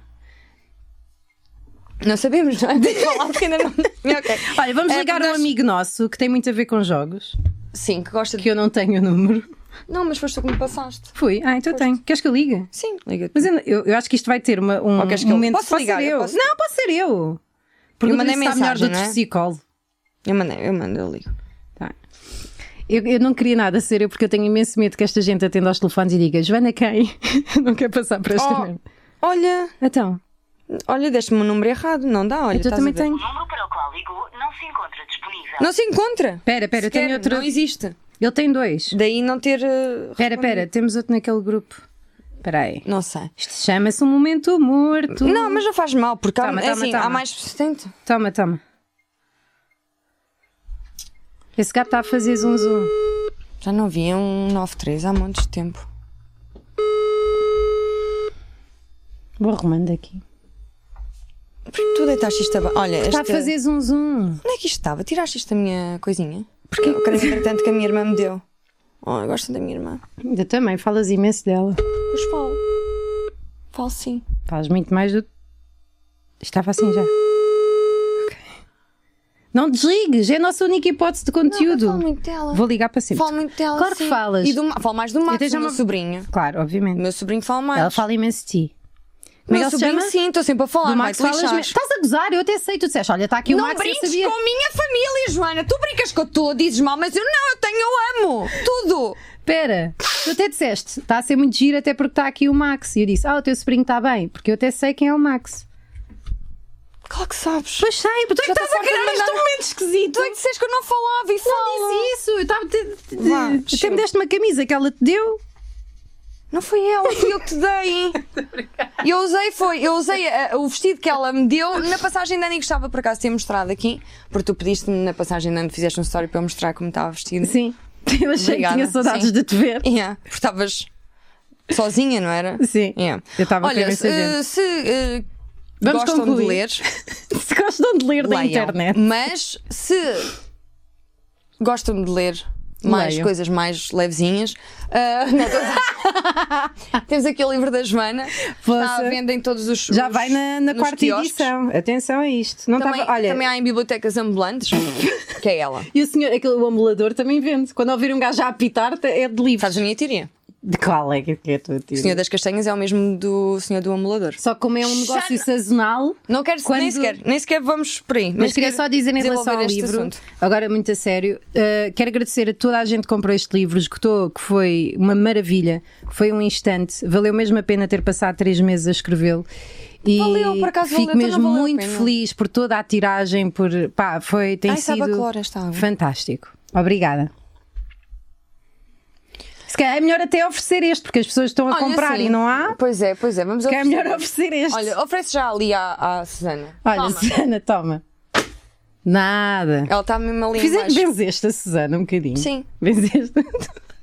B: Não sabemos, não é? Vamos falar porque ainda não. Ok.
C: Olha, vamos
B: É,
C: ligar a
B: porque
C: um
B: nós-
C: amigo nosso que tem muito a ver com jogos,
B: Sim, que gosta de.
C: que eu não tenho o número.
B: Não, mas foste tu que me passaste.
C: Fui, ah, então tenho. Queres que eu ligue?
B: Sim, liga-te.
C: Mas eu, eu- eu acho que isto vai ter uma, um
B: Ou queres que eu-
C: momento.
B: posso ligar?
C: ser eu?
B: Eu posso-
C: Não, pode ser eu. Porque
B: Eu mandei
C: está melhor
B: mensagem,
C: do
B: não é?
C: psicólogo.
B: Eu mando, eu mando, eu ligo.
C: Eu, eu não queria nada ser eu, porque eu tenho imenso medo que esta gente atenda aos telefones e diga Joana quem? é não quer passar para esta
B: Oh.
C: merda.
B: Oh, Olha,
C: Então,
B: olha, deste-me um número errado, não dá, olha.
C: eu
B: estás
C: também
B: a ver.
C: tenho.
D: O número para o qual ligou não se encontra disponível.
B: Não se encontra.
C: Pera, pera, eu tenho
B: Sequer,
C: outro.
B: Não existe.
C: Ele tem dois.
B: Daí não ter. eh,
C: Pera,
B: respondido.
C: pera, temos outro naquele grupo. Espera aí.
B: Não sei.
C: Isto chama-se um momento morto.
B: Não, mas não faz mal, porque há,
C: Toma,
B: é
C: toma,
B: assim,
C: toma.
B: há mais. Sustento.
C: Toma, toma. Esse gato está a fazer zum zum.
B: Já não vi um 93 há montes de tempo.
C: Vou arrumando aqui.
B: Porquê tu deitaste isto abaixo? Olha,
C: Está Tá a
B: esta-
C: fazer zum zum.
B: Onde é que isto estava? Tiraste isto da minha coisinha?
C: Porquê?
B: Eu creio que tanto que a minha irmã me deu. Oh, eu gosto da minha irmã.
C: Ainda também falas imenso dela.
B: Pois falo. Falo sim.
C: Falas muito mais do. Estava assim já. Ok. Não desligues, é a nossa única hipótese de
B: Eu falo
C: conteúdo.
B: muito dela.
C: Vou ligar para sempre.
B: Falo muito dela.
C: Claro que
B: sim.
C: falas.
B: E do, Ma- falo mais do Max,
C: tenho já
B: do meu
C: uma-
B: sobrinho.
C: Claro,
B: O
C: obviamente.
B: meu sobrinho fala mais.
C: Ela fala imenso de ti.
B: O
C: Como é
B: meu
C: que ele se
B: sobrinho
C: chama?
B: sim, estou sempre a falar.
C: Do Max
B: vai-te
C: falas
B: lixar.
C: mesmo. Estás a gozar, eu até sei. Tu disseste, olha, está aqui o
B: Não
C: Max, eu
B: brinques
C: sabia.
B: com a minha família, Joana. Tu brincas com a tua, dizes mal, mas eu não, eu tenho, eu amo. Tudo.
C: Pera, tu até disseste, está a ser muito giro até porque está aqui o Max. E eu disse, ah, o teu sobrinho está bem, porque eu até sei quem é o Max.
B: Claro que sabes.
C: Pois sei, porque tu é que
B: Já
C: estás a
B: estou farta de
C: criar este
B: mandar-
C: momento esquisito.
B: Tu é que disseste que eu não falava e falo.
C: disse isso, eu estava. te- te-
B: Vá,
C: te- Até
B: chega.
C: me deste uma camisa que ela te deu.
B: Não foi ela que eu te dei. eu usei foi, eu usei eh, o vestido que ela me deu na passagem de ano e gostava por acaso de ter mostrado aqui, porque tu pediste-me na passagem de ano, fizeste um story para eu mostrar como estava vestido.
C: Sim, eu achei
B: Obrigada,
C: que tinha saudades
B: sim.
C: de te ver.
B: Yeah, porque estavas sozinha, não era?
C: Sim,
B: Yeah.
C: eu estava com
B: Olha,
C: imensa
B: se,
C: gente.
B: se eh,
C: Vamos
B: gostam
C: concluir.
B: de ler,
C: Se gostam de ler da
B: leiam.
C: internet.
B: Mas se gostam de ler mais
C: Leiam.
B: coisas mais levezinhas, ah, não, tô- temos aqui o livro da Joana. Está
C: Força.
B: à venda em todos os.
C: Já
B: os-
C: vai na, na
B: nos
C: quarta
B: quiosques.
C: edição. Atenção a isto. Não
B: Também,
C: estava. Olha,
B: também há em bibliotecas ambulantes, que é ela.
C: e o senhor, aquele o ambulador também vende. Quando ouvir um gajo a apitar, é de livros.
B: Sabes a minha teoria?
C: De qual é que que é a tua
B: O
C: tia?
B: Senhor das Castanhas é o mesmo do Senhor do Amulador.
C: Só que como é um negócio sazonal.
B: Não quero nem
C: Quando-
B: sequer, nem sequer vamos por aí.
C: Mas queria só dizer em relação ao
B: desenvolver este
C: livro,
B: assunto.
C: agora muito a sério, uh, quero agradecer a toda a gente que comprou este livro, escutou, que foi uma maravilha, foi um instante, valeu mesmo a pena ter passado três meses a escrevê-lo. E
B: Valeu, por acaso
C: fico
B: valeu, então
C: mesmo
B: não valeu a
C: muito
B: pena.
C: feliz por toda a tiragem, por pá, foi tem
B: Ai, sabe a
C: sido
B: cloro esta água.
C: fantástico. Obrigada. Se calhar é melhor até oferecer este, porque as pessoas estão a
B: Olha,
C: comprar
B: sim.
C: e não há.
B: Pois é, pois é. Vamos
C: Se calhar é melhor oferecer este.
B: Olha, oferece já ali à, à Susana.
C: Olha,
B: Toma.
C: Susana, toma. Nada.
B: Ela está mesmo ali em
C: Fizeste,
B: baixo.
C: benzeste a Susana um bocadinho.
B: Sim.
C: Benzeste.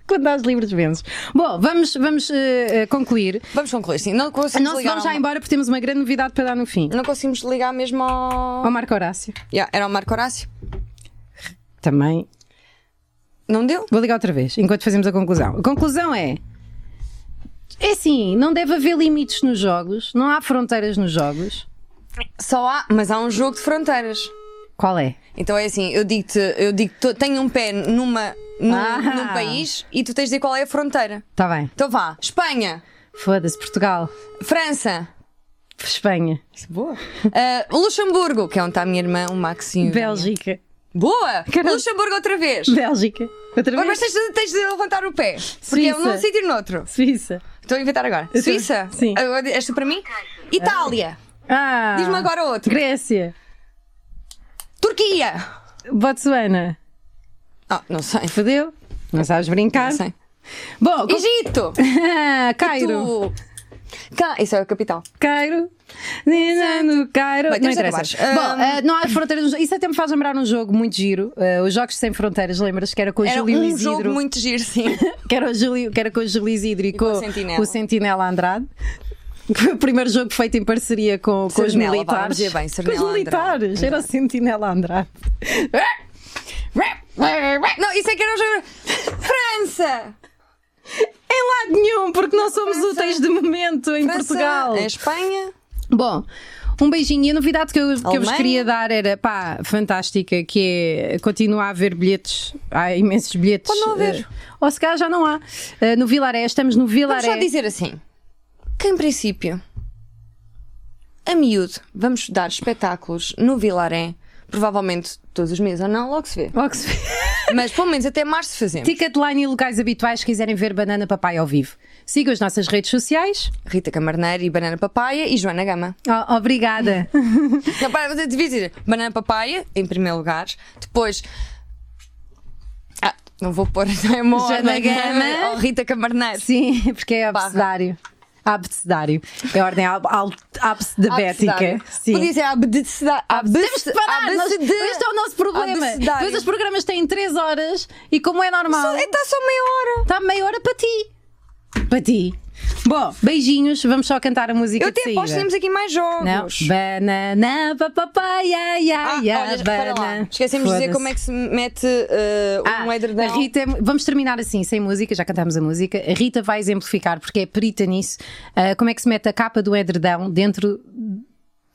C: Quando dás livros, benzes. Bom, vamos, vamos eh, eh, concluir.
B: Vamos concluir, sim. Não conseguimos,
C: Não se
B: ligar
C: vamos já
B: ao-
C: embora porque temos uma grande novidade para dar no fim.
B: não conseguimos ligar mesmo ao.
C: Ao Marco Horácio.
B: Yeah, era o Marco Horácio.
C: Também.
B: Não deu?
C: Vou ligar outra vez, enquanto fazemos a conclusão. A conclusão é. É assim, não deve haver limites nos jogos, não há fronteiras nos jogos.
B: Só há, mas há um jogo de fronteiras.
C: Qual é?
B: Então é assim, eu digo-te, eu digo tenho um pé numa, num,
C: Ah.
B: num país e tu tens de dizer qual é a fronteira.
C: Está Tá bem.
B: Então vá, Espanha,
C: Foda-se, Portugal,
B: França,
C: Espanha,
B: é boa. ah, Luxemburgo, que é onde está a minha irmã, o Max e o...
C: Bélgica,
B: Boa!
C: Caralho.
B: Luxemburgo outra vez.
C: Bélgica. Outra
B: Agora
C: vez?
B: tens de, tens de levantar o pé. Porque é um
C: Suíça.
B: num sítio e no outro.
C: Suíça.
B: Estou a inventar agora.
C: Eu também.
B: Suíça? Ah,
C: Sim.
B: Agora, Esta para mim? Itália.
C: Ah!
B: Diz-me agora outro.
C: Grécia,
B: Turquia.
C: Botsuana.
B: Ah, não sei.
C: Fodeu? Não sabes brincar?
B: Não sei. Ah.
C: Bom, com...
B: Egito. Ah,
C: Cairo.
B: Tu... Ca... Isso é a capital.
C: Cairo. Nina no Cairo.
B: Bem,
C: não
B: temos de
C: interessa.
B: acabar.
C: Bom,
B: Ahm.
C: eh, não há fronteiras. nos- Isso até me faz lembrar um jogo muito giro. eh, os Jogos Sem Fronteiras, lembras? Que era com o
B: Era
C: Júlio
B: um
C: Isidro.
B: jogo muito giro, sim.
C: Que, era o Júlio- que era com o Júlio Isidro e,
B: com
C: com,
B: o Sentinela.
C: o Sentinela Andrade. Que foi o primeiro jogo feito em parceria com, com os
B: Sentinela, vá,
C: militares.
B: vamos dizer bem,
C: com
B: Sentinela
C: os
B: Andrade.
C: militares. Era o Sentinela Andrade.
B: não, isso é que era um jogo. França!
C: Em lado nenhum, porque não somos úteis de momento em
B: França, é
C: Portugal.
B: A Espanha.
C: Bom, um beijinho. E a novidade que eu, que eu vos
B: Alemanha.
C: queria dar era, pá, fantástica, que é continuar a haver bilhetes. Há imensos bilhetes.
B: Pode não haver.
C: eh, ou se calhar já não há. Eh, no Vilaré, estamos no
B: Vamos
C: Vilaré.
B: só dizer assim: que em princípio, a miúdo, vamos dar espetáculos no Vilaré, provavelmente todos os meses ou não, logo se vê.
C: Logo se vê.
B: Mas pelo menos até março fazemos.
C: Ticketline e locais habituais se quiserem ver Banana Papai ao vivo. Sigam as nossas redes sociais.
B: Rita Camarneiro e Banana Papaya e Joana Gama.
C: Oh, obrigada.
B: Não, pá, mas eu devia dizer Banana Papaya, em primeiro lugar. Depois. Ah, não vou pôr não é uma
C: Joana
B: ordem,
C: Gama.
B: Ou Rita Camarneiro.
C: Sim, porque é
B: Barra.
C: abecedário. Abecedário. É a ordem ab- al- abcedabética. Sim.
B: Podia ser abdecida-
C: Temos de parar, nós,
B: abdecida-
C: este é o nosso problema.
B: abecedário.
C: Depois os programas têm 3 horas e, como é normal,
B: Só- é, Está só meia hora.
C: está meia hora para ti. Para ti. Bom, beijinhos, vamos só cantar a música
B: Eu
C: de
B: até
C: saída.
B: aposto que temos aqui mais
C: Não.
B: jogos.
C: Banana, papapaya,
B: Ah,
C: ya,
B: olha,
C: ya,
B: espera lá.
C: banana.
B: Esquecemos de dizer
C: Foda-se.
B: como é que se mete eh, um
C: Ah,
B: edredão.
C: a Rita, é mu- vamos terminar assim, sem música, já cantamos a música. A Rita vai exemplificar, porque é perita nisso, ah, como é que se mete a capa do edredão dentro.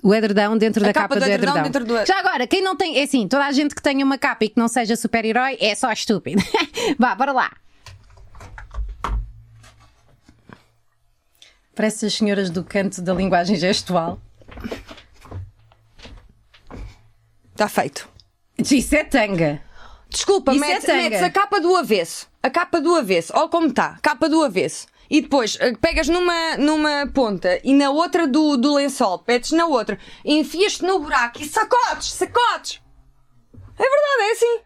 C: O edredão dentro
B: A
C: da
B: capa
C: capa,
B: do edredão dentro do-
C: Já agora, quem não tem. É assim, toda a gente que tenha uma capa e que não seja super-herói é só estúpido. Vá, bora lá. Parece as senhoras do canto da linguagem gestual.
B: Está feito.
C: Isso é tanga.
B: Desculpa,
C: Isso é
B: metes,
C: tanga.
B: metes a capa do avesso. A capa do avesso. Olha como está. Capa do avesso. E depois eh, pegas numa, numa ponta e na outra do, do lençol, petes na outra, enfias-te no buraco e sacodes, sacodes. É verdade, é assim.